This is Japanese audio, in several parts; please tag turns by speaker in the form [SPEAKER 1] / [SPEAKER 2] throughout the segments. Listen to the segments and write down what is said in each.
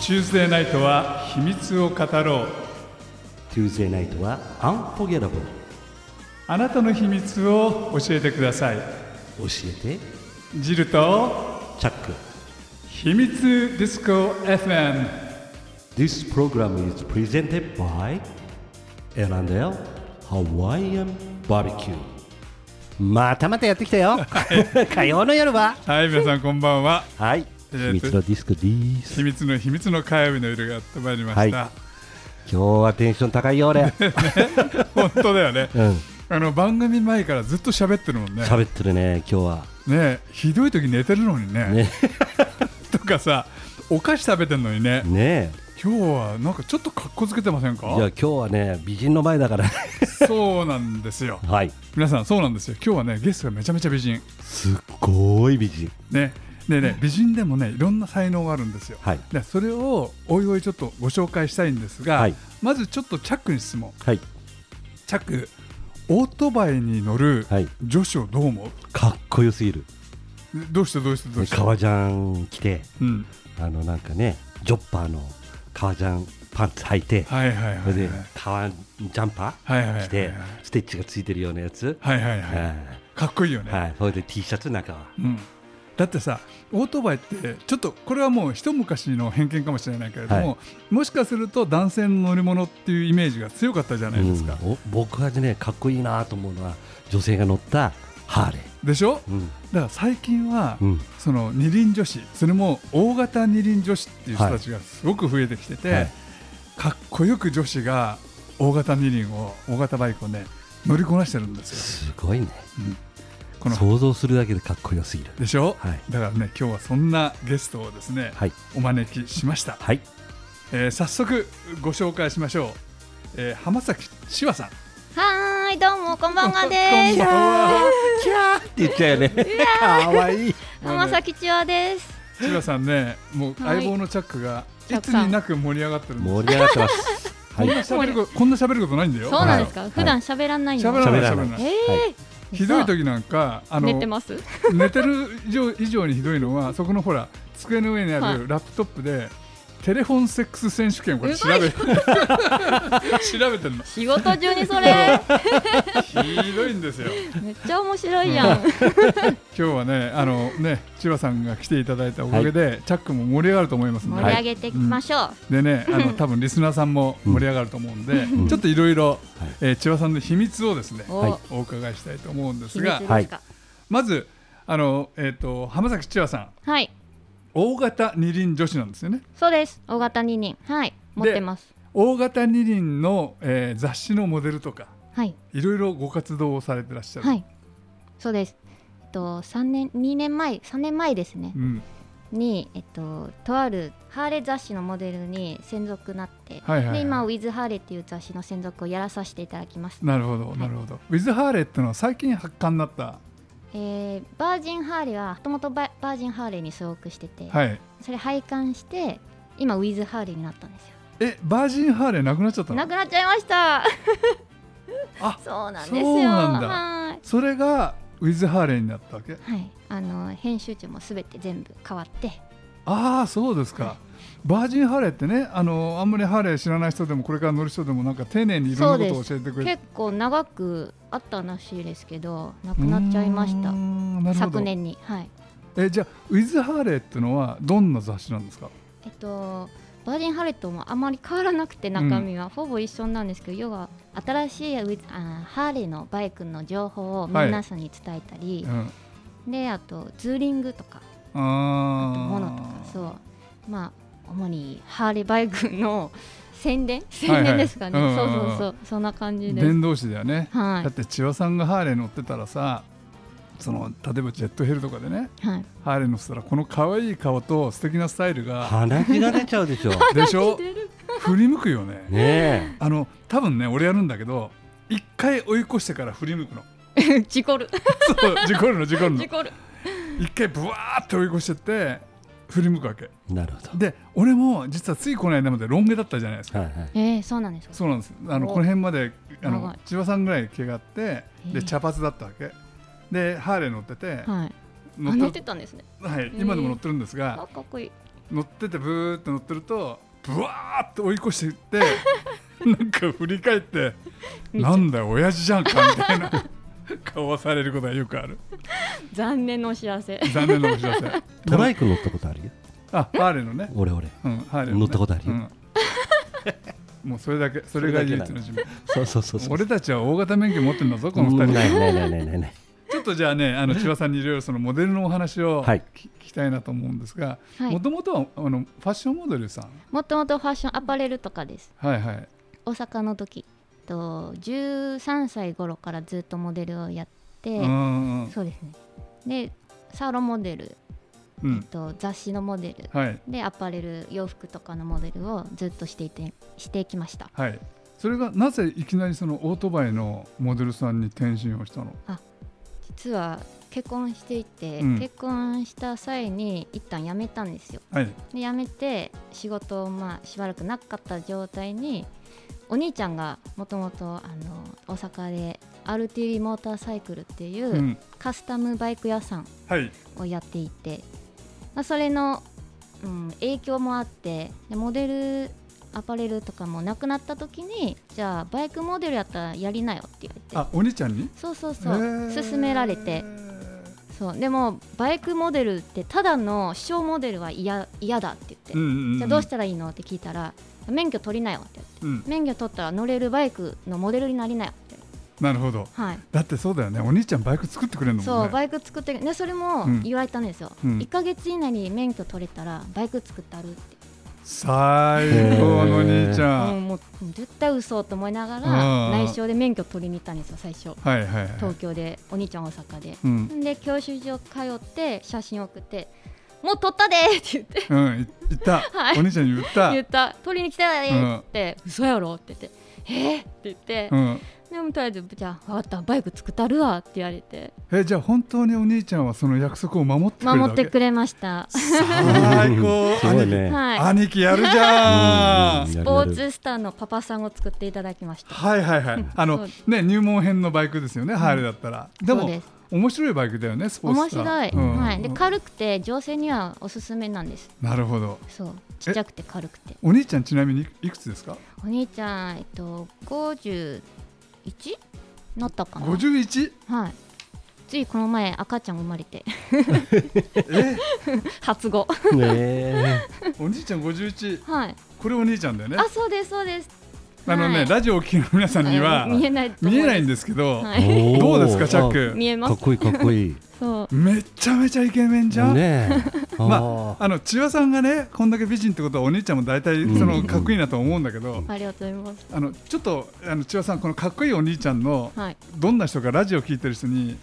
[SPEAKER 1] チューズデーナイトは秘密を語ろう
[SPEAKER 2] Tuesday night は Unforgettable
[SPEAKER 1] あなたの秘密を教えてください
[SPEAKER 2] 教えて
[SPEAKER 1] ジルと
[SPEAKER 2] チャック
[SPEAKER 1] 秘密ディスコ FM
[SPEAKER 2] This program is presented by L&L Hawaiian Barbecue またまたやってきたよ 火曜の夜は
[SPEAKER 1] はい皆さんこんばんは
[SPEAKER 2] はい
[SPEAKER 1] え
[SPEAKER 2] 秘
[SPEAKER 1] ーと
[SPEAKER 2] 密のディスコです
[SPEAKER 1] 秘密の秘密の火曜日の夜がやってまいりました、
[SPEAKER 2] は今日はテンション高い よ俺
[SPEAKER 1] 本当だよね
[SPEAKER 2] うん
[SPEAKER 1] あの番組前からずっと喋ってるもんね
[SPEAKER 2] 喋ってるね今日は
[SPEAKER 1] ねひどい時寝てるのにね
[SPEAKER 2] ね
[SPEAKER 1] とかさお菓子食べてるのにね
[SPEAKER 2] ね
[SPEAKER 1] 今日はなんかちょっと格好つけてません
[SPEAKER 2] えいや
[SPEAKER 1] か
[SPEAKER 2] 今日はね美人の前だから
[SPEAKER 1] そうなんですよ
[SPEAKER 2] はい
[SPEAKER 1] 皆さんそうなんですよ今日はねゲストがめちゃめちゃ美人
[SPEAKER 2] すっごい美人
[SPEAKER 1] ねでね美人でもねいろんな才能があるんですよ
[SPEAKER 2] はい
[SPEAKER 1] でそれをおいおいちょっとご紹介したいんですが、
[SPEAKER 2] はい
[SPEAKER 1] まずちょっとチャックに質問
[SPEAKER 2] はい
[SPEAKER 1] チャックオートバイに乗る
[SPEAKER 2] はい
[SPEAKER 1] 女子をどう思う、
[SPEAKER 2] かっこよすぎる
[SPEAKER 1] どうしてどうしてどう
[SPEAKER 2] ね
[SPEAKER 1] して、
[SPEAKER 2] 革ジャン着て
[SPEAKER 1] うん、
[SPEAKER 2] あのなんかねジョッパーの革ジャンパンツ履いて、
[SPEAKER 1] はいはい
[SPEAKER 2] そ
[SPEAKER 1] はい
[SPEAKER 2] れ
[SPEAKER 1] はい
[SPEAKER 2] で革ジャンパ
[SPEAKER 1] はいはいはい
[SPEAKER 2] ー着て、ステッチがついてるようなやつ、
[SPEAKER 1] はいはいはい、かっこいいよね、
[SPEAKER 2] はいはい、それで T シャツ中は
[SPEAKER 1] うん、だってさオートバイってちょっとこれはもう一昔の偏見かもしれないけれども、
[SPEAKER 2] は
[SPEAKER 1] もしかすると男性の乗り物っていうイメージが強かったじゃないですか、
[SPEAKER 2] うんお僕はねかっこいいなと思うのは女性が乗ったハーレ
[SPEAKER 1] でしょ
[SPEAKER 2] ー、うん
[SPEAKER 1] だから最近は、
[SPEAKER 2] うん
[SPEAKER 1] その二輪女子それも大型二輪女子っていう人たちがすごく増えてきてて、
[SPEAKER 2] はい
[SPEAKER 1] かっこよく女子が大型二輪を大型バイクをね乗りこなしてるんですよ
[SPEAKER 2] すごいね
[SPEAKER 1] この
[SPEAKER 2] 想像するだけでかっこよすぎる
[SPEAKER 1] でしょ、
[SPEAKER 2] はい
[SPEAKER 1] だからね今日はそんなゲストをですね、
[SPEAKER 2] はい
[SPEAKER 1] お招きしました
[SPEAKER 2] はい
[SPEAKER 1] えー早速ご紹介しましょう、えー浜崎しわさん
[SPEAKER 3] はーい、どうも、こんばんは で
[SPEAKER 1] こん
[SPEAKER 3] す。
[SPEAKER 1] ばんは
[SPEAKER 2] キャーって言っちゃうよねかわいい
[SPEAKER 3] 浜崎千代です。
[SPEAKER 1] しわさんねもう
[SPEAKER 3] はい
[SPEAKER 1] 相棒のチャックが
[SPEAKER 3] チャ
[SPEAKER 1] い
[SPEAKER 3] ッ
[SPEAKER 1] つ
[SPEAKER 3] クさん
[SPEAKER 1] になく盛り上がってるんです
[SPEAKER 2] 盛り上がってますはい
[SPEAKER 1] こんな喋ることこんな喋ることないんだよ
[SPEAKER 3] そうなんです
[SPEAKER 2] はい
[SPEAKER 3] か、普段喋らないの。
[SPEAKER 1] 喋らない
[SPEAKER 2] 喋ら
[SPEAKER 1] 喋
[SPEAKER 2] な
[SPEAKER 1] ら
[SPEAKER 2] い
[SPEAKER 1] ない
[SPEAKER 3] ええー。
[SPEAKER 1] ひどい時なんかあの
[SPEAKER 3] 寝てます。
[SPEAKER 1] 寝てる以上以上にひどいのはそこのほら机の上にあ
[SPEAKER 3] は
[SPEAKER 1] るラップトップでテレフォンセックス選手権をこれ調べ調 べてるの
[SPEAKER 3] 仕事中に それ、
[SPEAKER 1] ひどいんですよ
[SPEAKER 3] めっちゃ面白いやん。
[SPEAKER 1] 今日はねあのね千葉さんが来ていただいたおかげで、チャックも盛り上がると思いますので、
[SPEAKER 3] 盛り上げていきましょう。
[SPEAKER 1] でね、あの多分リスナーさんも盛り上がると思うんで、ちょっといろいろ
[SPEAKER 2] はい
[SPEAKER 1] 千葉さんの秘密をですね、
[SPEAKER 3] お、
[SPEAKER 2] はい
[SPEAKER 1] お伺いしたいと思うんで
[SPEAKER 3] 秘
[SPEAKER 1] す
[SPEAKER 3] 密
[SPEAKER 1] が、
[SPEAKER 3] ですか。
[SPEAKER 1] まずあのえっ、と浜崎千葉さん、
[SPEAKER 3] はい、
[SPEAKER 1] 大型二輪女子なんですよね。
[SPEAKER 3] そうです。大型二輪、はい、持ってます。
[SPEAKER 1] 大型二輪の、えー雑誌のモデルとか、
[SPEAKER 3] はい、
[SPEAKER 1] いろいろご活動をされてらっしゃる。
[SPEAKER 3] はい。そうです。えっと、三年、二年前、三年前ですね。
[SPEAKER 1] うん、
[SPEAKER 3] に、えっと、とあるハーレー雑誌のモデルに専属なって、
[SPEAKER 1] はいはいはい
[SPEAKER 3] で今「ウィズハーレーっていう雑誌の専属をやらさせていただきます、
[SPEAKER 1] なるほど、なるほど。ウィズハーレーってのは最近発刊になった。
[SPEAKER 3] えーバージンハーレーはもともとババージンハーレーに所属してて、
[SPEAKER 1] はい。
[SPEAKER 3] それ拝観して今ウィズハーレーになったんですよ
[SPEAKER 1] え、バージンハーレーなくなっちゃったの。
[SPEAKER 3] なくなっちゃいました
[SPEAKER 1] あ、
[SPEAKER 3] そうなんですよ
[SPEAKER 1] そうなんだ
[SPEAKER 3] は
[SPEAKER 1] それがウィズハーレーになったわけ。
[SPEAKER 3] ーい、はい、あの編集長もすべて全部変わって
[SPEAKER 1] ああそうですか、
[SPEAKER 3] はい
[SPEAKER 1] バージンハーレーってねあのあんまりハーレー知らない人でもこれから乗る人でもなんか丁寧にいろんなことを教えてくれて
[SPEAKER 3] 結構長くあったらしいですけどなくなっちゃいまし
[SPEAKER 1] う
[SPEAKER 3] た
[SPEAKER 1] ーんなるほど
[SPEAKER 3] 昨年にはい
[SPEAKER 1] えじゃあウィズハーレーってのはどんな雑誌なんですか
[SPEAKER 3] えっと、バージンハレットもあまり変わらなくて中身は、ほぼ一緒なんですけど要は新しいウィズあーハーレーのバイクの情報を皆さんに伝えたり
[SPEAKER 1] う、ん
[SPEAKER 3] であとツーリングとかあと
[SPEAKER 1] あ
[SPEAKER 3] モ
[SPEAKER 1] ー
[SPEAKER 3] ノとかそうまあ主にハーレーバイクの 宣伝
[SPEAKER 1] はい
[SPEAKER 3] 宣伝ですかね、
[SPEAKER 1] うんうん
[SPEAKER 3] そ
[SPEAKER 1] う
[SPEAKER 3] う
[SPEAKER 1] ん
[SPEAKER 3] そうそうそんな感じです
[SPEAKER 1] 伝道師だよね、
[SPEAKER 3] は
[SPEAKER 1] だって千葉さんがハーレー乗ってたらさその例えばジェットヘルとかでね
[SPEAKER 3] い、はい、
[SPEAKER 1] ハーレー乗ってたらこの可愛い顔と素敵なスタイルが
[SPEAKER 2] 鼻血が出ちゃうで しょ
[SPEAKER 1] でしょ
[SPEAKER 3] 出る
[SPEAKER 1] 振り向くよね
[SPEAKER 2] ね
[SPEAKER 1] あの多分ね俺やるんだけど一回追い越してから振り向くの
[SPEAKER 3] 事故る
[SPEAKER 1] そう事故るの事故るの
[SPEAKER 3] 事故る
[SPEAKER 1] 一回ブワーって追い越してって振り向くわけ
[SPEAKER 2] えなるほど
[SPEAKER 1] で俺も実はついこの間までロン毛だったじゃないですか
[SPEAKER 2] はいはい
[SPEAKER 3] えー、そうなんですか
[SPEAKER 1] そうなんですあの
[SPEAKER 3] お
[SPEAKER 1] この辺まであの
[SPEAKER 3] 長い
[SPEAKER 1] 千葉さんぐらい毛があって
[SPEAKER 3] え
[SPEAKER 1] で
[SPEAKER 3] ー
[SPEAKER 1] 茶髪だったわけでハーレー乗ってて
[SPEAKER 3] はいあ
[SPEAKER 1] 乗
[SPEAKER 3] 乗
[SPEAKER 1] っ
[SPEAKER 3] ってて
[SPEAKER 1] る
[SPEAKER 3] たんですね
[SPEAKER 1] はい
[SPEAKER 3] ー
[SPEAKER 1] 今でも乗ってるんですが
[SPEAKER 3] あかっこいい
[SPEAKER 1] 乗っててブーって乗ってるとブワーって追い越していって なんか振り返ってなんだよ親父じゃんかみたいな 顔をされることがよくある
[SPEAKER 3] 残念のお知らせ
[SPEAKER 1] 残念なお知らせ
[SPEAKER 2] トライク乗ったことあるよ
[SPEAKER 1] あハーレーのね、
[SPEAKER 2] 俺俺
[SPEAKER 1] うん、ハーレーのね、
[SPEAKER 2] 乗ったことある
[SPEAKER 1] う
[SPEAKER 2] よ、
[SPEAKER 1] ん もうそれだけそれが唯一の自分
[SPEAKER 2] そうそうそうそう
[SPEAKER 1] 俺たちは大型免許持ってるんだぞこの
[SPEAKER 2] うん
[SPEAKER 1] 二人
[SPEAKER 2] ないないないないないない
[SPEAKER 1] ちょっとじゃあねあの千葉さんにいろいろそのモデルのお話を
[SPEAKER 2] はい
[SPEAKER 1] き聞きたいなと思うんですが
[SPEAKER 3] はい
[SPEAKER 1] もともとはあのファッションモデルさん
[SPEAKER 3] もともとファッションアパレルとかです
[SPEAKER 1] はいはい
[SPEAKER 3] 大阪の時と13歳頃からずっとモデルをやって、
[SPEAKER 1] うんうん
[SPEAKER 3] そうですねでサロンモデル、
[SPEAKER 1] う
[SPEAKER 3] えっ
[SPEAKER 1] ん
[SPEAKER 3] と、雑誌のモデル
[SPEAKER 1] はい
[SPEAKER 3] でアパレル洋服とかのモデルをずっとしていてしてきました
[SPEAKER 1] はいそれがなぜいきなりそのオートバイのモデルさんに転身をしたの
[SPEAKER 3] 実は結婚していて、
[SPEAKER 1] うん
[SPEAKER 3] 結婚した際に一旦辞めたんですよ
[SPEAKER 1] はい
[SPEAKER 3] で辞めて仕事をまあしばらくなかった状態にお兄ちゃんがもともと大阪で RTV モーターサイクルっていううんカスタムバイク屋さん
[SPEAKER 1] はい
[SPEAKER 3] をやっていて、まあ、それの、うん、影響もあってでモデルアパレルとかもなくなった時にじゃあバイクモデルやったらやりなよって言われて
[SPEAKER 1] あお兄ちゃんに
[SPEAKER 3] そうそうそう
[SPEAKER 1] へー
[SPEAKER 3] 勧められてそうでもバイクモデルってただの小モデルは嫌嫌だって言って、
[SPEAKER 1] うんうんん
[SPEAKER 3] じゃあどうしたらいいのって聞いたら免許取りなよって言われ
[SPEAKER 1] う
[SPEAKER 3] て
[SPEAKER 1] ん
[SPEAKER 3] 免許取ったら乗れるバイクのモデルになりなよって
[SPEAKER 1] なるほど
[SPEAKER 3] はい
[SPEAKER 1] だってそうだよねお兄ちゃんバイク作ってくれるのもんね
[SPEAKER 3] そうバイク作ってでそれも
[SPEAKER 1] うん
[SPEAKER 3] 言われたんですよ、
[SPEAKER 1] うん
[SPEAKER 3] 1か月以内に免許取れたらバイク作ってあるって、
[SPEAKER 1] 最高のお兄ちゃ
[SPEAKER 3] うんんもう絶対嘘と思いなが
[SPEAKER 1] うん
[SPEAKER 3] ら内緒で免許取りに行ったんですよ最初
[SPEAKER 1] はいはいは
[SPEAKER 3] 東
[SPEAKER 1] い
[SPEAKER 3] 京でお兄ちゃん大阪で
[SPEAKER 1] うん
[SPEAKER 3] で教習所通って写真送って「もう取ったで!」って言って
[SPEAKER 1] うんい言った
[SPEAKER 3] はい
[SPEAKER 1] お兄ちゃんに言った
[SPEAKER 3] 言った取りに来たでーって、嘘やろって言って「えっ?」って言って、
[SPEAKER 1] うん
[SPEAKER 3] でもとりあえずじゃあ分かったバイク作ったるわって言われて
[SPEAKER 1] えじゃあ本当にお兄ちゃんはその約束を守ってくれたわ
[SPEAKER 3] 守
[SPEAKER 1] け
[SPEAKER 3] ってくれました
[SPEAKER 1] 最高
[SPEAKER 2] すごいね
[SPEAKER 3] はい
[SPEAKER 1] 兄貴やるじゃん
[SPEAKER 2] うん
[SPEAKER 3] スポーツスターのパパさんを作っていただきました
[SPEAKER 1] はいはいはいあのね入門編のバイクですよねハーレーだったらで
[SPEAKER 3] そう
[SPEAKER 1] も
[SPEAKER 3] です
[SPEAKER 1] 面白いバイクだよねスポー
[SPEAKER 3] 面
[SPEAKER 1] ツカー
[SPEAKER 3] 白い、
[SPEAKER 1] うん
[SPEAKER 3] はい、で軽くて女性にはおすすめなんです
[SPEAKER 1] なるほど
[SPEAKER 3] そうちっちゃくて軽くて
[SPEAKER 1] お兄ちゃんちなみにいくつですか
[SPEAKER 3] お兄ちゃんえっと 51? なったかな
[SPEAKER 1] 51?
[SPEAKER 3] はいついこの前赤ちゃん生まれて
[SPEAKER 1] え
[SPEAKER 3] 初子
[SPEAKER 2] ね え
[SPEAKER 1] お兄ちゃん51
[SPEAKER 3] はい
[SPEAKER 1] これお兄ちゃんだよね
[SPEAKER 3] あそうですそうです
[SPEAKER 1] あの
[SPEAKER 3] は
[SPEAKER 1] ね
[SPEAKER 3] い
[SPEAKER 1] ラジオを聴きの皆さんには
[SPEAKER 3] あの見えないと思
[SPEAKER 1] 見えないん
[SPEAKER 3] で
[SPEAKER 1] ですけど
[SPEAKER 2] お
[SPEAKER 3] は
[SPEAKER 2] ー
[SPEAKER 1] どうですかチャック
[SPEAKER 3] 見え
[SPEAKER 2] あ
[SPEAKER 3] ま
[SPEAKER 2] か
[SPEAKER 3] す
[SPEAKER 2] っこいいかっこいい
[SPEAKER 3] そう
[SPEAKER 1] めちゃめちゃイケメン じゃん
[SPEAKER 2] ねえ
[SPEAKER 1] ま
[SPEAKER 2] あー
[SPEAKER 1] あの千葉さんがねこんだけ美人ってことはお兄ちゃんも大体
[SPEAKER 2] うん
[SPEAKER 1] そのかっこいいなと思うんだけど、
[SPEAKER 3] ありがとうございます
[SPEAKER 1] あのちょっとあの千葉さんこのかっこいいお兄ちゃんの
[SPEAKER 3] はい
[SPEAKER 1] どんな人かラジオ聞いてる人に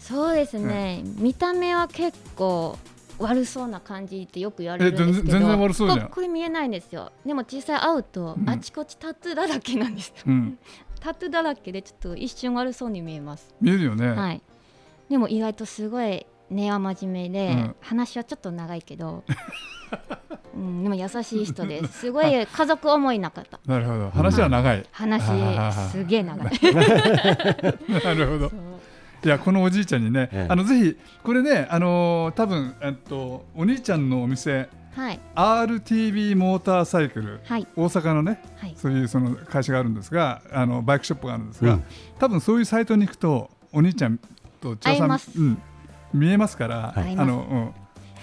[SPEAKER 3] そうですね、見た目は結構悪そうな感じってよく言われるん
[SPEAKER 1] え
[SPEAKER 3] ですけど
[SPEAKER 1] 全然全然悪そうじゃん
[SPEAKER 3] かっこいい見えないんですよでも実際会うと、
[SPEAKER 1] うん
[SPEAKER 3] あちこちタトゥーだらけなんですよ、
[SPEAKER 1] うん
[SPEAKER 3] タトゥーだらけでちょっと一瞬悪そうに見えます、
[SPEAKER 1] 見えるよね、
[SPEAKER 3] はいでも意外とすごい根は真面目で、
[SPEAKER 1] うん
[SPEAKER 3] 話はちょっと長いけど うん、でも優しい人ですすご い家族思いな方
[SPEAKER 1] なるほど話は長い、
[SPEAKER 3] 話すげえ長い
[SPEAKER 1] なるほど
[SPEAKER 3] そう
[SPEAKER 1] いやこのおじいちゃんにね、
[SPEAKER 2] ええ
[SPEAKER 1] あのぜひこれねあのー多分えっとお兄ちゃんのお店
[SPEAKER 3] はい
[SPEAKER 1] RTV モーターサイクル
[SPEAKER 3] はい
[SPEAKER 1] 大阪のね
[SPEAKER 3] はい
[SPEAKER 1] そういうその会社があるんですがあのバイクショップがあるんですが、
[SPEAKER 2] うん
[SPEAKER 1] 多分そういうサイトに行くとお兄ちゃんと千
[SPEAKER 3] 会え
[SPEAKER 1] 葉
[SPEAKER 3] ま
[SPEAKER 1] さ
[SPEAKER 3] す
[SPEAKER 1] ん、うん、見えますから、
[SPEAKER 2] はい
[SPEAKER 1] あの、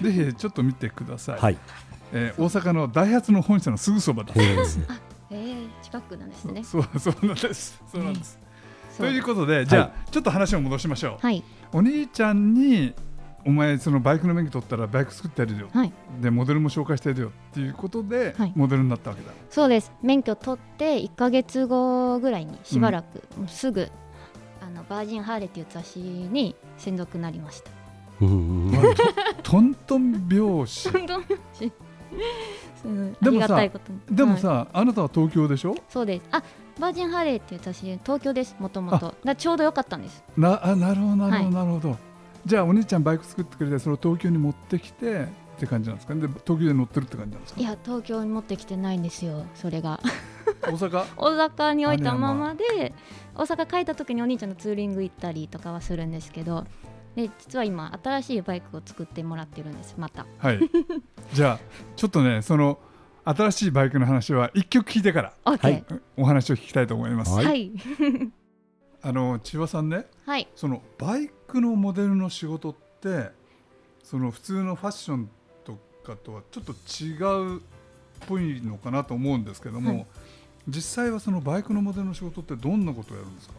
[SPEAKER 1] うん、ぜひちょっと見てください、
[SPEAKER 2] はい
[SPEAKER 1] えー大阪のダイハツの本社のすぐそばだそうです、
[SPEAKER 3] えー、近くなんですね
[SPEAKER 1] そうそうなんですそうなんです、
[SPEAKER 3] そ
[SPEAKER 1] と
[SPEAKER 3] う
[SPEAKER 1] いうことでじゃあ、ちょっと話を戻しましょう、
[SPEAKER 3] はい
[SPEAKER 1] お兄ちゃんにお前そのバイクの免許取ったらバイク作ってやるよ、
[SPEAKER 3] はい
[SPEAKER 1] でモデルも紹介してやるよっていうことで、
[SPEAKER 3] はい
[SPEAKER 1] モデルになったわ けだ
[SPEAKER 3] そうです免許取って1か月後ぐらいにしばらく、もうすぐあのバージンハーレーっていう雑誌に専属になりま した。
[SPEAKER 2] うんうん
[SPEAKER 1] まあとトントン拍子
[SPEAKER 3] うん
[SPEAKER 1] で
[SPEAKER 3] あ
[SPEAKER 1] も
[SPEAKER 3] り
[SPEAKER 1] さ
[SPEAKER 3] がたいことに
[SPEAKER 1] でも
[SPEAKER 3] はい
[SPEAKER 1] さ、あなたは東京でしょ
[SPEAKER 3] そうですあバージンハーレーっていう雑誌東京ですもともとだちょうどよかったんです
[SPEAKER 1] なあなるほどなるほど、
[SPEAKER 3] はい
[SPEAKER 1] なるほどじゃあお兄ちゃんバイク作ってくれてそれを東京に持ってきてって感じなんですかねで東京で乗ってるって感じなんですか
[SPEAKER 3] いや東京に持ってきてないんですよそ れが
[SPEAKER 1] 大阪
[SPEAKER 3] 大阪に置いたままで大阪帰った時にお兄ちゃんのツーリング行ったりとかはするんですけどで実は今新しいバイクを作ってもらってるんですまた
[SPEAKER 1] はいじゃあちょっとねその新しいバイクの話は一曲聞いてから
[SPEAKER 3] OK は
[SPEAKER 2] はいい、
[SPEAKER 1] お話を聞きたいと思います、
[SPEAKER 2] はい
[SPEAKER 3] はい
[SPEAKER 1] あの千葉さんねそのバイクのモデルの仕事ってその普通のファッションとかとはちょっと違うっぽいのかなと思うんですけども、
[SPEAKER 3] はい
[SPEAKER 1] 実際はそのバイクのモデルの仕事ってどんなことをやるんですか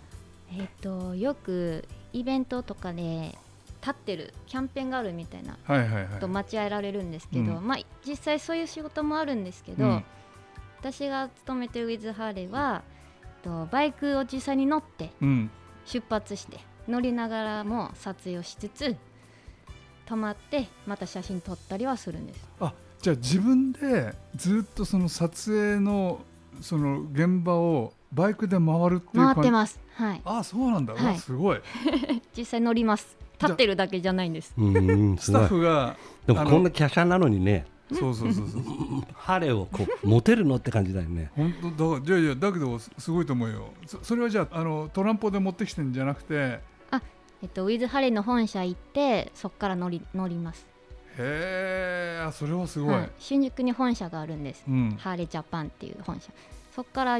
[SPEAKER 3] えっ、とよくイベントとかで立ってるキャンペーンがあるみたいな
[SPEAKER 1] はいはいはい
[SPEAKER 3] と間違えられるんですけど、
[SPEAKER 1] うん
[SPEAKER 3] まあ実際そういう仕事もあるんですけど、
[SPEAKER 1] うん
[SPEAKER 3] 私が勤めてるウィズハーレーは、えっとバイクを実際に乗って
[SPEAKER 1] うん
[SPEAKER 3] 出発して乗りながらも撮影をしつつ止まってまた写真撮ったりはするんです
[SPEAKER 1] あじゃあ自分でずっとその撮影のその現場をバイクで回るっていう
[SPEAKER 3] 回
[SPEAKER 1] 感
[SPEAKER 3] ってますはい
[SPEAKER 1] あそうなんだ、うわ
[SPEAKER 3] はい
[SPEAKER 1] すごい
[SPEAKER 3] 実際乗ります
[SPEAKER 1] じゃ
[SPEAKER 3] 立ってるだけじゃないんです
[SPEAKER 2] うんうんす
[SPEAKER 1] スタッ
[SPEAKER 2] ごい
[SPEAKER 1] フが
[SPEAKER 2] でも
[SPEAKER 1] あの
[SPEAKER 2] こんな華奢なのにね
[SPEAKER 1] そうそうそうそう
[SPEAKER 2] ハレーをこう持てるのって感じだよね
[SPEAKER 1] 本当だからじゃあいやだけどすすごいと思うよそそれはじゃああのトランポで持ってきてんじゃなくてへ
[SPEAKER 3] えっとウィズハレーの本社行ってそこから乗り乗ります
[SPEAKER 1] えそれはすごい、
[SPEAKER 3] はい、新宿に本社があるんです、
[SPEAKER 1] うん、
[SPEAKER 3] ハーレージャパンっていう本社そこから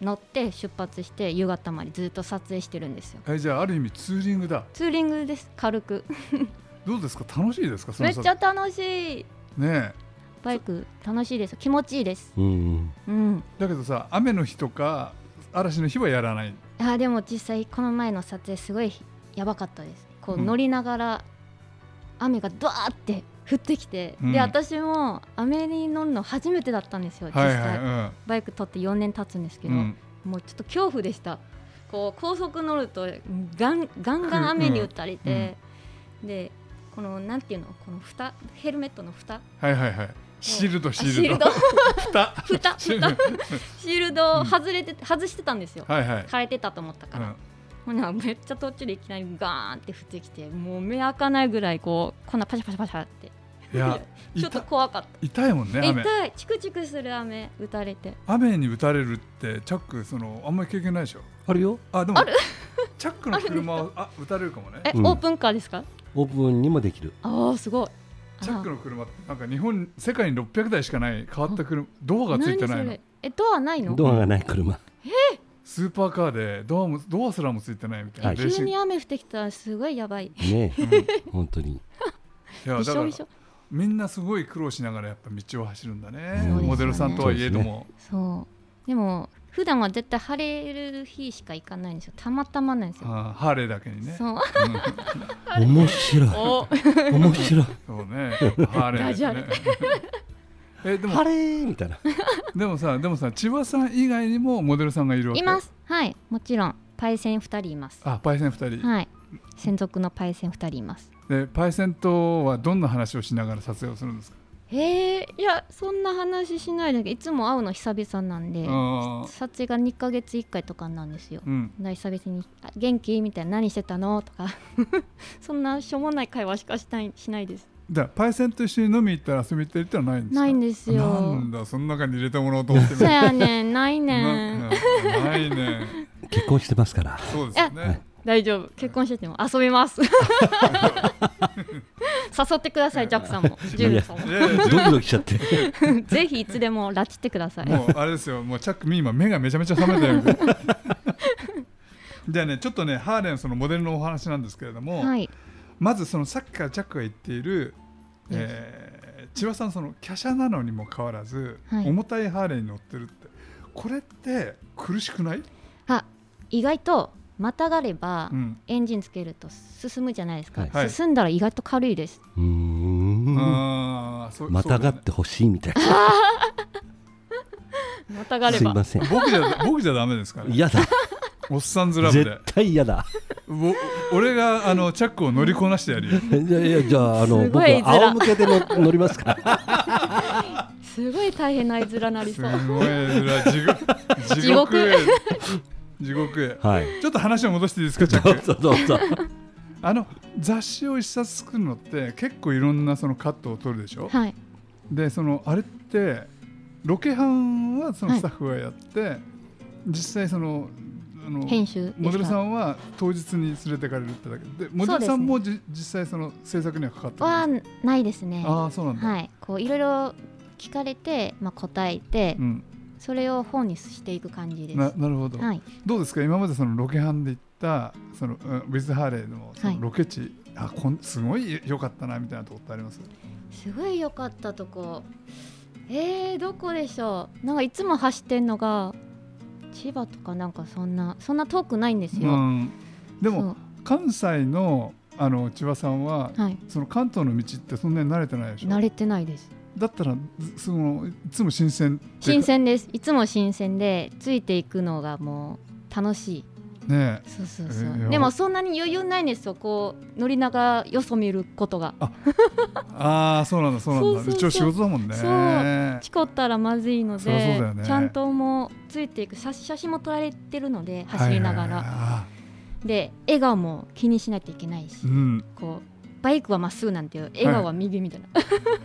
[SPEAKER 3] 乗って出発して夕方までずっと撮影してるんですよ
[SPEAKER 1] えじゃあある意味ツーリングだ
[SPEAKER 3] ツーリングです軽く
[SPEAKER 1] どうですか楽しいですかそ
[SPEAKER 3] め
[SPEAKER 1] の
[SPEAKER 3] っ
[SPEAKER 1] 撮
[SPEAKER 3] ちゃ楽しい
[SPEAKER 1] ねえ
[SPEAKER 3] バイク楽しいです気持ちいいです
[SPEAKER 2] うんうん
[SPEAKER 3] うん
[SPEAKER 1] だけどさ雨の日とか嵐の日はやらない
[SPEAKER 3] あーでも実際この前の撮影すごいやばかったですこう
[SPEAKER 1] うん
[SPEAKER 3] 乗りながら雨がドワーって降ってきて、
[SPEAKER 1] うん
[SPEAKER 3] で私も雨に乗るの初めてだったんですよ実
[SPEAKER 1] は
[SPEAKER 3] 際、
[SPEAKER 1] いは
[SPEAKER 3] バイク取って4年経つんです
[SPEAKER 1] い、
[SPEAKER 3] け
[SPEAKER 1] う
[SPEAKER 3] ど、
[SPEAKER 1] んうん、
[SPEAKER 3] もうちょっと恐怖でしたこう高速乗るとガンガンガン雨に打たれて、でこのなんていうのこの蓋ヘルメットの蓋あ
[SPEAKER 1] はいはいはいシールドシ
[SPEAKER 3] シ
[SPEAKER 1] ー
[SPEAKER 3] ー
[SPEAKER 1] ル
[SPEAKER 3] ル
[SPEAKER 1] ド
[SPEAKER 3] ド
[SPEAKER 1] 蓋
[SPEAKER 3] 蓋
[SPEAKER 1] シール
[SPEAKER 3] 蓋シールドを外れて、外してたんですよ
[SPEAKER 1] はいはい、
[SPEAKER 3] 枯れてたと思った
[SPEAKER 1] う
[SPEAKER 3] から、
[SPEAKER 1] ん、
[SPEAKER 3] ほなめっちゃ途中でいきなりガーンって降ってきてもう目開かないぐらいこうこんなパシャパシャパシャって
[SPEAKER 1] い や
[SPEAKER 3] ちょっと
[SPEAKER 1] 痛
[SPEAKER 3] 怖かっ
[SPEAKER 1] 痛いもんね
[SPEAKER 3] た
[SPEAKER 1] 雨
[SPEAKER 3] 痛いチクチクする雨打たれて
[SPEAKER 1] 雨に打たれるってチャックそのあんまり経験ないでしょ
[SPEAKER 2] あるよ
[SPEAKER 1] あでも チャックの車をあ打たれるかもね
[SPEAKER 3] え、
[SPEAKER 2] うん
[SPEAKER 3] オープンカーですか
[SPEAKER 2] オープンにもできる
[SPEAKER 3] ああすごいあー
[SPEAKER 1] チャックの車ってなんか日本世界に600台しかない変わった車ドアがつい
[SPEAKER 3] 何
[SPEAKER 1] て
[SPEAKER 3] そ
[SPEAKER 1] ないの
[SPEAKER 3] れえドアないの
[SPEAKER 2] ドアがない車
[SPEAKER 1] スーパーカーでドアもドアすらもついてないみたいな、
[SPEAKER 2] はい
[SPEAKER 1] レーシ
[SPEAKER 3] 急
[SPEAKER 1] ング
[SPEAKER 3] に雨降ってきたらすごいやばい
[SPEAKER 2] ね
[SPEAKER 1] うんい
[SPEAKER 2] 本当 に
[SPEAKER 1] やだ
[SPEAKER 3] びし
[SPEAKER 1] から
[SPEAKER 3] ょびしょ
[SPEAKER 1] みんなすごい苦労しながらやっぱ道を走るんだね
[SPEAKER 2] そうですよね
[SPEAKER 1] モデルさんとはいえども、
[SPEAKER 3] そうでも普段は絶対晴れる日しか行かないんですよたまたまなんですよ、
[SPEAKER 1] あーハーレーだけにね
[SPEAKER 3] そう
[SPEAKER 1] うん
[SPEAKER 2] 面白い
[SPEAKER 3] お
[SPEAKER 2] 面白い
[SPEAKER 1] そうねハーレ
[SPEAKER 3] ダジ
[SPEAKER 1] ー
[SPEAKER 3] ャ
[SPEAKER 1] ね
[SPEAKER 3] レ
[SPEAKER 1] えでも
[SPEAKER 2] ハレーみたいな
[SPEAKER 1] でもさでもさ千葉さん以外にもモデルさんがいるわけ
[SPEAKER 3] いますはいもちろんパイセン2人います
[SPEAKER 1] あパイセン2人、
[SPEAKER 3] はい専属のパイセン2人います
[SPEAKER 1] でパイセンとはどんな話をしながら撮影をするんですか、
[SPEAKER 3] えー、いやそんな話しないだけいつも会うの久々なんで
[SPEAKER 1] あー
[SPEAKER 3] 撮影が2ヶ月1回とかなんですよ
[SPEAKER 1] うん
[SPEAKER 3] だから久々にあ「元気?」みたいな「何してたの?」とか そんなしょうもない会話しかしないしないです
[SPEAKER 1] じゃあパイセンと一緒に飲み行ったら遊び行ってるってのはないんですか
[SPEAKER 3] ないんですよ
[SPEAKER 1] なんだその中に入れてもらおうと思って
[SPEAKER 3] そ
[SPEAKER 1] ね
[SPEAKER 3] やねんないねん
[SPEAKER 1] なないね
[SPEAKER 2] 結婚してます から
[SPEAKER 1] そうですよね
[SPEAKER 3] 大丈夫結婚してても遊 びます誘ってくださいジャックさんもジュールさん
[SPEAKER 1] いやいや
[SPEAKER 2] ドキドキしちゃって
[SPEAKER 3] も ぜひいつでも拉致ってください
[SPEAKER 1] もうあれですよもうチャックミー今目がめちゃめちゃ覚めたよじゃあねちょっとねハーレンそのモデルのお話なんですけれども、
[SPEAKER 3] はい
[SPEAKER 1] まずそのさっきからチャックが言っている、
[SPEAKER 3] Yes
[SPEAKER 1] えー千葉さんその華奢なのにもかかわらず、
[SPEAKER 3] はい
[SPEAKER 1] 重たいハーレーに乗ってるってこれって苦しくない、
[SPEAKER 3] あ意外とまたがれば
[SPEAKER 1] うん
[SPEAKER 3] エンジンつけると進むじゃないですか、
[SPEAKER 1] はい
[SPEAKER 3] 進んだら意外と軽いです
[SPEAKER 2] うーん
[SPEAKER 1] あーそ
[SPEAKER 2] またが
[SPEAKER 1] そう
[SPEAKER 2] ってほしいみたいな
[SPEAKER 3] またがれ
[SPEAKER 2] すい
[SPEAKER 3] ば
[SPEAKER 2] ません
[SPEAKER 1] だね僕じゃ僕じゃダメですから、ね、
[SPEAKER 2] 嫌だ
[SPEAKER 1] おっさんずラブで
[SPEAKER 2] 絶対嫌だ
[SPEAKER 1] ぼ俺があのチャックを乗りこなしてやるよ
[SPEAKER 2] じゃあいやじゃああの
[SPEAKER 3] す
[SPEAKER 2] 僕
[SPEAKER 3] ごい
[SPEAKER 2] は仰向けでの乗りますから
[SPEAKER 3] すごい大変な絵面なり
[SPEAKER 1] す
[SPEAKER 3] そ
[SPEAKER 1] ごい
[SPEAKER 3] う
[SPEAKER 1] な地獄地
[SPEAKER 3] 地獄
[SPEAKER 1] 獄へ地獄へ
[SPEAKER 2] はい
[SPEAKER 1] ちょっと話を戻していいですかチャ
[SPEAKER 2] ど
[SPEAKER 1] ッ
[SPEAKER 2] う
[SPEAKER 1] ク
[SPEAKER 2] ぞどうぞ
[SPEAKER 1] あの雑誌を一冊作るのって結構いろんなそのカットを取るでしょ
[SPEAKER 3] はい
[SPEAKER 1] でそのあれってロケハンはその
[SPEAKER 3] はい
[SPEAKER 1] スタッフがやって、実際そのあの
[SPEAKER 3] 編集ですか
[SPEAKER 1] モデルさんは当日に連れてかれるってだけでモデルさんもじ、実際その制作にはかかってる
[SPEAKER 3] は
[SPEAKER 1] んで
[SPEAKER 3] ないです
[SPEAKER 1] す
[SPEAKER 3] ね
[SPEAKER 1] かああそうなんだ、
[SPEAKER 3] はいこういろいろ聞かれて、まあ、答えて、
[SPEAKER 1] うん、
[SPEAKER 3] それを本にしていく感じです。
[SPEAKER 1] ななるほど、
[SPEAKER 3] はい、
[SPEAKER 1] どうですか今までそのロケハンで行ったその、うん、ウィズ・ハーレーのそのロケ地、あこんすごい良かったなみたいなとこってあります
[SPEAKER 3] すごい良かったとこえー、どこでしょうなんかいつも走ってんのが千葉とかなんかそんなそんな遠くないんですよ、
[SPEAKER 1] うん、でも
[SPEAKER 3] そ
[SPEAKER 1] 関西のあの千葉さんは、
[SPEAKER 3] うはい
[SPEAKER 1] その関東の道ってそんなに慣れてないでしょ
[SPEAKER 3] 慣れてないです
[SPEAKER 1] だったらずそのいつも新鮮っていう
[SPEAKER 3] 新
[SPEAKER 1] か
[SPEAKER 3] 鮮ですいつも新鮮でついていくのがもう楽しい
[SPEAKER 1] ねえ
[SPEAKER 3] そうそうそ
[SPEAKER 1] え
[SPEAKER 3] う、
[SPEAKER 1] ー
[SPEAKER 3] でもそんなに余裕ないんですよこう乗りながらよそ見ることが
[SPEAKER 1] ああそうなんだそうなんだ
[SPEAKER 3] そうそうそう
[SPEAKER 1] 一応仕事だもんね
[SPEAKER 3] そうチコったらまずいの
[SPEAKER 1] そりゃそう
[SPEAKER 3] で
[SPEAKER 1] だよね
[SPEAKER 3] ちゃんともうついていく写写真も撮られてるので走りながら、
[SPEAKER 1] はいはいはいあ
[SPEAKER 3] で笑顔も気にしないといけないし、
[SPEAKER 1] ーうん
[SPEAKER 3] こうバイクはまっすぐなんていう笑顔は右みたい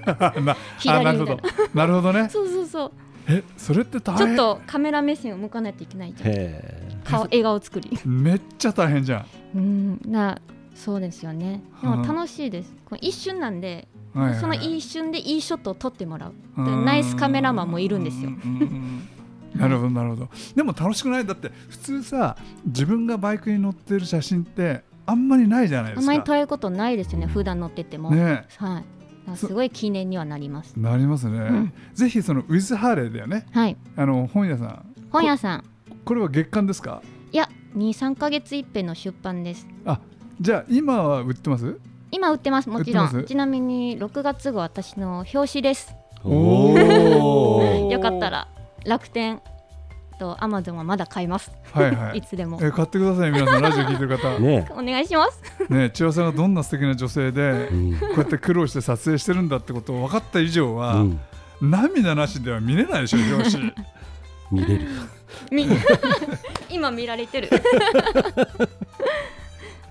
[SPEAKER 3] な、
[SPEAKER 1] なあな
[SPEAKER 3] 左
[SPEAKER 1] るほ
[SPEAKER 3] みたい
[SPEAKER 1] ど
[SPEAKER 3] な
[SPEAKER 1] なるほどね
[SPEAKER 3] そうそうそう
[SPEAKER 1] えそれって大
[SPEAKER 3] ちょ
[SPEAKER 1] 変
[SPEAKER 3] っとカメラ目線を向かないといけないじゃん
[SPEAKER 2] へえ
[SPEAKER 3] 顔笑顔作り
[SPEAKER 1] めっちゃ大変じゃ
[SPEAKER 3] うんなそうですよねでも
[SPEAKER 1] うん
[SPEAKER 3] 楽しいです、こう一瞬なんで、
[SPEAKER 1] ん、はいはいはい
[SPEAKER 3] その一瞬でいいショットを撮ってもらう
[SPEAKER 1] うん
[SPEAKER 3] ナイスカメラマンもいるんですよ
[SPEAKER 1] ううんうんうんなるほどなるほどでも楽しくないだって普通さ自分がバイクに乗ってる写真ってあんまりないじゃないで
[SPEAKER 3] あ
[SPEAKER 1] す
[SPEAKER 3] まり
[SPEAKER 1] か
[SPEAKER 3] 撮れることないですよね普段乗ってても、
[SPEAKER 1] ね
[SPEAKER 3] はいだからすごい記念にはなります
[SPEAKER 1] えなりますね、
[SPEAKER 3] ん
[SPEAKER 1] ぜひそのウィズ・ハーレーだよね
[SPEAKER 3] はい
[SPEAKER 1] あの本屋さん
[SPEAKER 3] 本屋さん
[SPEAKER 1] これは月間ですか
[SPEAKER 3] いや23か月一遍の出版です
[SPEAKER 1] あじゃあ今は売ってます
[SPEAKER 3] 今売ってますもちろ
[SPEAKER 1] 売ってま
[SPEAKER 3] ん
[SPEAKER 1] す
[SPEAKER 3] ちなみに6月号私の表紙です
[SPEAKER 1] おー
[SPEAKER 2] おー
[SPEAKER 3] よかったら楽天とアマゾンはまだ買います、
[SPEAKER 1] はいはい
[SPEAKER 3] いつでも
[SPEAKER 1] え買ってください皆さんラジオ聞いてる方ね
[SPEAKER 2] ね
[SPEAKER 3] お願いします
[SPEAKER 1] え千葉さんがどんな素敵な女性で
[SPEAKER 2] えうん
[SPEAKER 1] こうやって苦労して撮影してるんだってことを分かった以上は、
[SPEAKER 2] うん
[SPEAKER 1] 涙なしでは見れないでしょ表紙
[SPEAKER 2] 見れる
[SPEAKER 3] み 今見ら れてる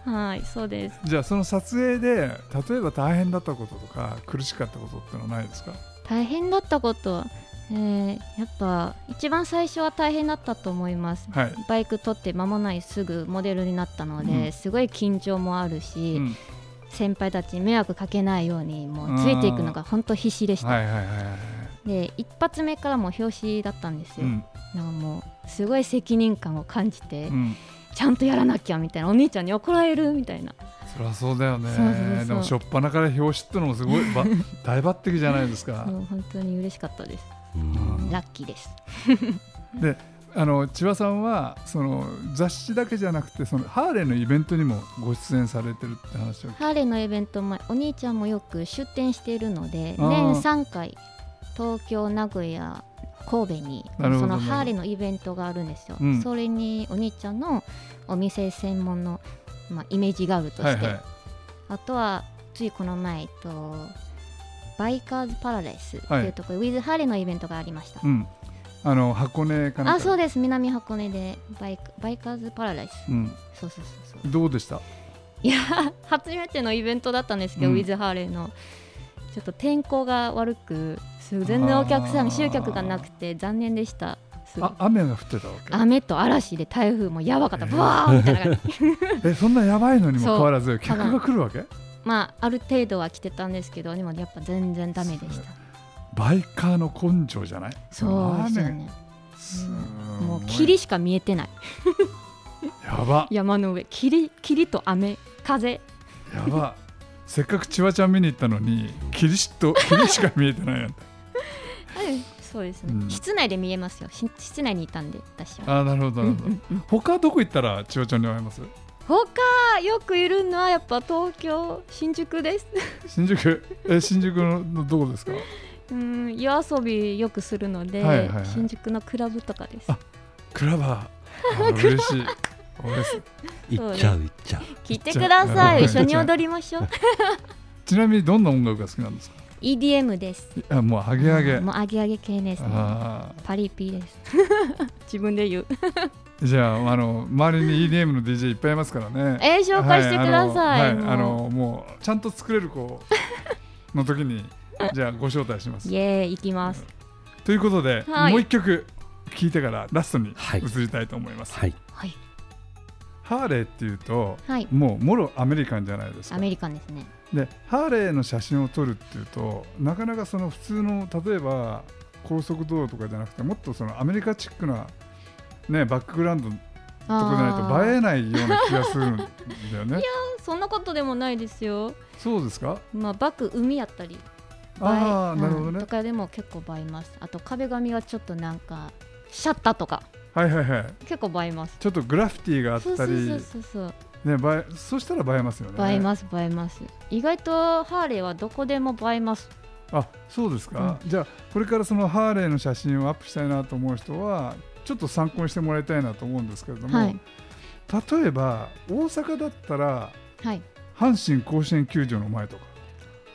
[SPEAKER 3] はいそうです
[SPEAKER 1] じゃあその撮影で例えば大変だったこととか苦しかったことってのはないですか
[SPEAKER 3] 大変だったこと、えーやっぱ一番最初は大変だったと思います
[SPEAKER 1] はい、
[SPEAKER 3] バイク取って間もないすぐモデルになったので、
[SPEAKER 1] うん
[SPEAKER 3] すごい緊張もあるし、
[SPEAKER 1] うん
[SPEAKER 3] 先輩たちに迷惑かけないようにもうついていくのが本当必死でした、
[SPEAKER 1] はいはいはいはい
[SPEAKER 3] で一発目からもう表紙だったんです
[SPEAKER 1] う
[SPEAKER 3] よ、
[SPEAKER 1] ん
[SPEAKER 3] なんかもうすごい責任感を感じて、
[SPEAKER 1] うん
[SPEAKER 3] ちゃんとやらなきゃみたいなお兄ちゃんに怒られるみたいな
[SPEAKER 1] そりゃそうだよね
[SPEAKER 3] そうそうそう
[SPEAKER 1] でも初っ端から表紙ってのもすごいば 大抜擢じゃないですか
[SPEAKER 3] もう本当に嬉しかったです
[SPEAKER 2] うん
[SPEAKER 3] ラッキーです
[SPEAKER 1] あの千葉さんはその雑誌だけじゃなくてそのハーレーのイベントにもご出演されてるって話を
[SPEAKER 3] ハーレーのイベントもお兄ちゃんもよく出店しているので
[SPEAKER 1] あー
[SPEAKER 3] 年3回東京名古屋神戸に
[SPEAKER 1] なるほど
[SPEAKER 3] そのハーレーのイベントがあるんですよ、
[SPEAKER 1] うん
[SPEAKER 3] それにお兄ちゃんのお店専門の、まあ、イメージガールとして、
[SPEAKER 1] はいはい
[SPEAKER 3] あとはついこの前えっとバイカーズパラダイスっていうところ、ウィズ・ハーレーのイベントがありました、
[SPEAKER 1] うんあの箱根かなんか
[SPEAKER 3] あそうです南箱根でバイクバイカーズパラダイス
[SPEAKER 1] うん
[SPEAKER 3] そうそうそうそう
[SPEAKER 1] どうでした
[SPEAKER 3] いや 初めてのイベントだったんですけど、
[SPEAKER 1] うん
[SPEAKER 3] ウィズ・ハーレーのちょっと天候が悪くす全然お客さ
[SPEAKER 1] あー
[SPEAKER 3] ん集客がなくて残念でしたすごい
[SPEAKER 1] あ雨が降ってたわけ
[SPEAKER 3] 雨と嵐で台風もやばかった、
[SPEAKER 1] えー
[SPEAKER 3] ブワーみたいな感じ
[SPEAKER 1] えそんなやばいのにもか
[SPEAKER 3] そう
[SPEAKER 1] わらず客
[SPEAKER 3] 多分
[SPEAKER 1] が来るわけ
[SPEAKER 3] まあある程度は来てたんですけどでもやっぱ全然ダメでした
[SPEAKER 1] バイカーの根性じゃない
[SPEAKER 3] そうですよ
[SPEAKER 1] 雨
[SPEAKER 3] ね
[SPEAKER 1] すごい
[SPEAKER 3] もう霧しか見えてない
[SPEAKER 1] やば
[SPEAKER 3] 山の上霧霧と雨風
[SPEAKER 1] やばせっかく千葉ちゃん見に行ったのに霧し と霧しか見えてないなんて
[SPEAKER 3] そうですね、
[SPEAKER 1] うん
[SPEAKER 3] 室内で見えますよし室内にいたんで私は
[SPEAKER 1] あーなるほどなるほど他どこ行ったら千葉ちゃんに会えます
[SPEAKER 3] 他よくいるのはやっぱ東京新宿です
[SPEAKER 1] 新宿え新宿のどこですか
[SPEAKER 3] うん夜遊びよくするので、
[SPEAKER 1] はいはいはい
[SPEAKER 3] 新宿のクラブとかです
[SPEAKER 1] あクラバーあー嬉しい俺す
[SPEAKER 2] 行っちゃう行っちゃう
[SPEAKER 3] 聞いてください
[SPEAKER 1] じ
[SPEAKER 3] 一
[SPEAKER 1] ゃあ
[SPEAKER 3] 緒に踊りましょう
[SPEAKER 1] ちなみにどんな音楽が好きなんですか
[SPEAKER 3] EDM です
[SPEAKER 1] いやもうハゲハゲ
[SPEAKER 3] もうアゲアゲ系ですね
[SPEAKER 1] あ
[SPEAKER 3] パリピです 自分で言う
[SPEAKER 1] ーじゃああの周りに EDM の DJ いっぱいいますからね
[SPEAKER 3] えー、紹介してくださ
[SPEAKER 1] は
[SPEAKER 3] い、
[SPEAKER 1] い、
[SPEAKER 3] も
[SPEAKER 1] あ
[SPEAKER 3] う
[SPEAKER 1] の,、はい、あのもうちゃんと作れる子の時にじゃあご招待します
[SPEAKER 3] イエーイ行きます
[SPEAKER 1] ということで、
[SPEAKER 3] はい
[SPEAKER 1] もう一曲聴いてからラストに
[SPEAKER 2] はい
[SPEAKER 1] 移りたいと思います、
[SPEAKER 2] はい
[SPEAKER 3] はい、
[SPEAKER 1] ハーレーっていうと
[SPEAKER 3] はい、
[SPEAKER 1] もうもろアメリカンじゃないです
[SPEAKER 3] ア
[SPEAKER 1] か
[SPEAKER 3] メリカンですね
[SPEAKER 1] でハーレーの写真を撮るっていうとなかなかその普通の例えば高速道路とかじゃなくてもっとそのアメリカチックな、ね、バックグラウンドとかじゃないと映えないような気がするんだよ ね。いや
[SPEAKER 3] そんなことでもないですよ。
[SPEAKER 1] そうですか、
[SPEAKER 3] まあ、バック海やったり
[SPEAKER 1] ああなるほどね、
[SPEAKER 3] とかでも結構映えますあと壁紙はちょっとなんかシャッターとか
[SPEAKER 1] はいはいはい
[SPEAKER 3] 結構映えます
[SPEAKER 1] ちょっとグラフィティがあったり
[SPEAKER 3] そうそうそうそう
[SPEAKER 1] ね、映えそしたら映えますよね
[SPEAKER 3] 映えます映えます意外とハーレーはどこでも映えます
[SPEAKER 1] あそうですか、うん、じゃあこれからそのハーレーの写真をアップしたいなと思う人はちょっと参考にしてもらいたいなと思うんですけれども、はい、例えば大阪だったら、
[SPEAKER 3] はい、
[SPEAKER 1] 阪神甲子園球場の前とか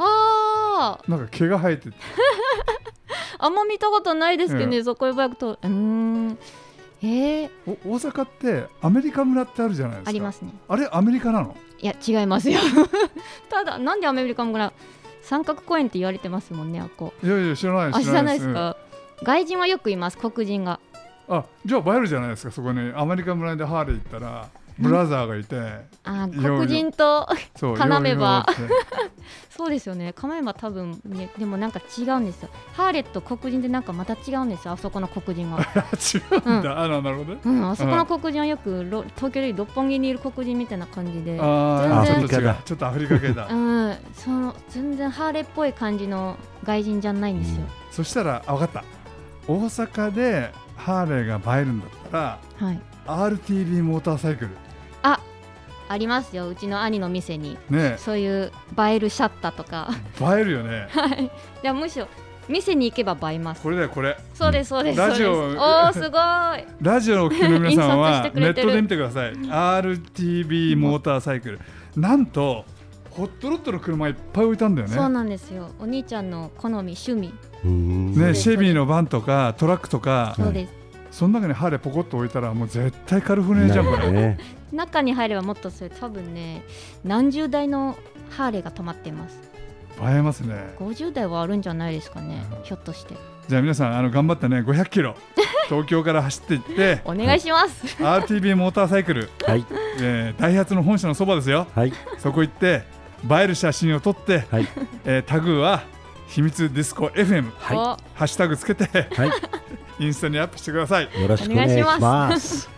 [SPEAKER 3] あ
[SPEAKER 1] なんか毛が生えてて
[SPEAKER 3] あんま見たことないですけどね、えー、そこへバイクとうんえー、
[SPEAKER 1] 大阪ってアメリカ村ってあるじゃないですか
[SPEAKER 3] ありますね
[SPEAKER 1] あれアメリカなの
[SPEAKER 3] いや違いますよ ただなんでアメリカ村三角公園って言われてますもんねあこ
[SPEAKER 1] いやいや知ら ない
[SPEAKER 3] あ知らないですか、うん、外人はよくいます黒人が
[SPEAKER 1] あじゃあ映えるじゃないですかそこにアメリカ村でハーレー行ったらブラザーがいて、
[SPEAKER 3] あ黒人と 絡めばそうですよね構えば多分ねでもなんか違うんですよハーレット黒人でなんかまた違うんですよあそこの黒人は
[SPEAKER 1] 違うんだ、うん、あなるほど、ね、
[SPEAKER 3] うん、あそこの黒人はよく、うん、東京より六本木にいる黒人みたいな感じで
[SPEAKER 1] あ全然ちょっとアフリカ系だ、
[SPEAKER 3] うん、その全然ハーレーっぽい感じの外人じゃないんですよ、うん、
[SPEAKER 1] そしたらあ分かった大阪でハーレーが映えるんだったら、
[SPEAKER 3] はい
[SPEAKER 1] RTB モーターサイクル
[SPEAKER 3] あありますようちの兄の店に、
[SPEAKER 1] ね、
[SPEAKER 3] そういう映えるシャッターと か
[SPEAKER 1] 映えるよね
[SPEAKER 3] はいじゃむしろ店に行けば映えます
[SPEAKER 1] これだよこれ
[SPEAKER 3] そうですそうです
[SPEAKER 1] ラジオ
[SPEAKER 3] おすごい
[SPEAKER 1] ラジオのお聞きの皆さんはネットで見てください RTB モーターサイクル、うん、なんとホットロットの車いっぱい置いたんだよね
[SPEAKER 3] そうなんですよお兄ちゃんの好み趣味
[SPEAKER 1] ねシェビーのバンとかトラックとか
[SPEAKER 3] そうです、はい
[SPEAKER 1] その中にハーレーポコッと置いたらもう絶対カルフォルニアじゃんこれ、ね、
[SPEAKER 3] 中に入ればもっとそれ多分ね何十台のハーレーが止まってます
[SPEAKER 1] 映えますね
[SPEAKER 3] 50台はあるんじゃないですかね、うん、ひょっとして
[SPEAKER 1] じゃあ皆さんあの頑張ってね500キロ東京から走っていって
[SPEAKER 3] お願いします、
[SPEAKER 1] はい、RTB モーターサイクル、
[SPEAKER 2] はい
[SPEAKER 1] えー、ダイハツの本社のそばですよ、
[SPEAKER 2] はい、
[SPEAKER 1] そこ行って映える写真を撮って、
[SPEAKER 2] はい
[SPEAKER 1] えー、タグは秘密ディスコ FM、
[SPEAKER 2] はい、
[SPEAKER 1] ハッシュタグつけて、
[SPEAKER 2] は
[SPEAKER 1] イ
[SPEAKER 2] い、
[SPEAKER 1] ンスタにアップしてください。
[SPEAKER 2] よろしくお願いします。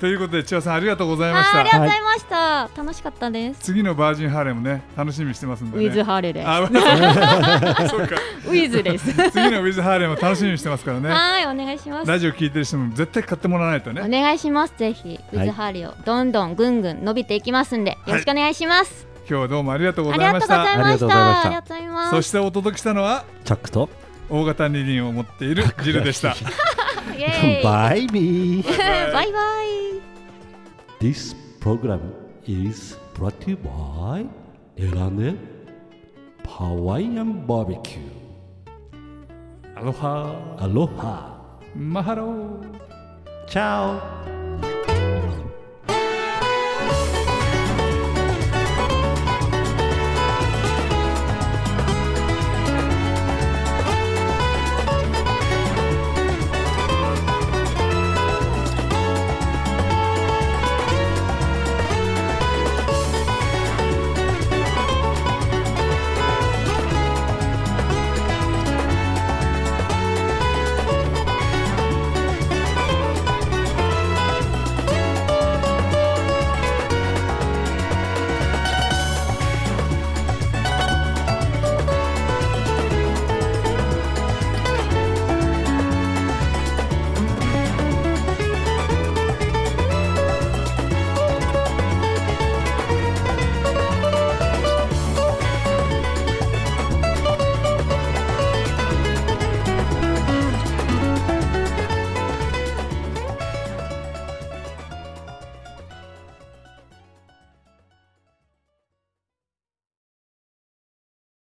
[SPEAKER 1] ということで千葉さんありがとうございました。
[SPEAKER 3] ありがとうございました、はい。楽しかったです。
[SPEAKER 1] 次のバージンハーレーもね楽しみにしてますんで、ね、
[SPEAKER 3] ウィズハーレーです。
[SPEAKER 1] あ、そうか。
[SPEAKER 3] ウィズ です。
[SPEAKER 1] 次のウィズハーレーも楽しみにしてますからね。
[SPEAKER 3] はい、お願いします。
[SPEAKER 1] ラジオ聞いてる人も絶対買ってもらわないとね。
[SPEAKER 3] お願いします。ぜひウィズハーレーをどんどんぐんぐん伸びていきますんで、よろしくお願いします。
[SPEAKER 1] 今日はどうもありがとうございました
[SPEAKER 3] ありがとうございましたありがとうございます
[SPEAKER 1] そしてお届けしたのは
[SPEAKER 2] チャックと
[SPEAKER 1] 大型二輪を持っているジルでした
[SPEAKER 2] バイビー
[SPEAKER 3] バイバイ
[SPEAKER 2] This program is brought to you by エラネハワイアンバーベキュ
[SPEAKER 1] ーアロハ
[SPEAKER 2] アロハ
[SPEAKER 1] マハロー
[SPEAKER 2] チャオ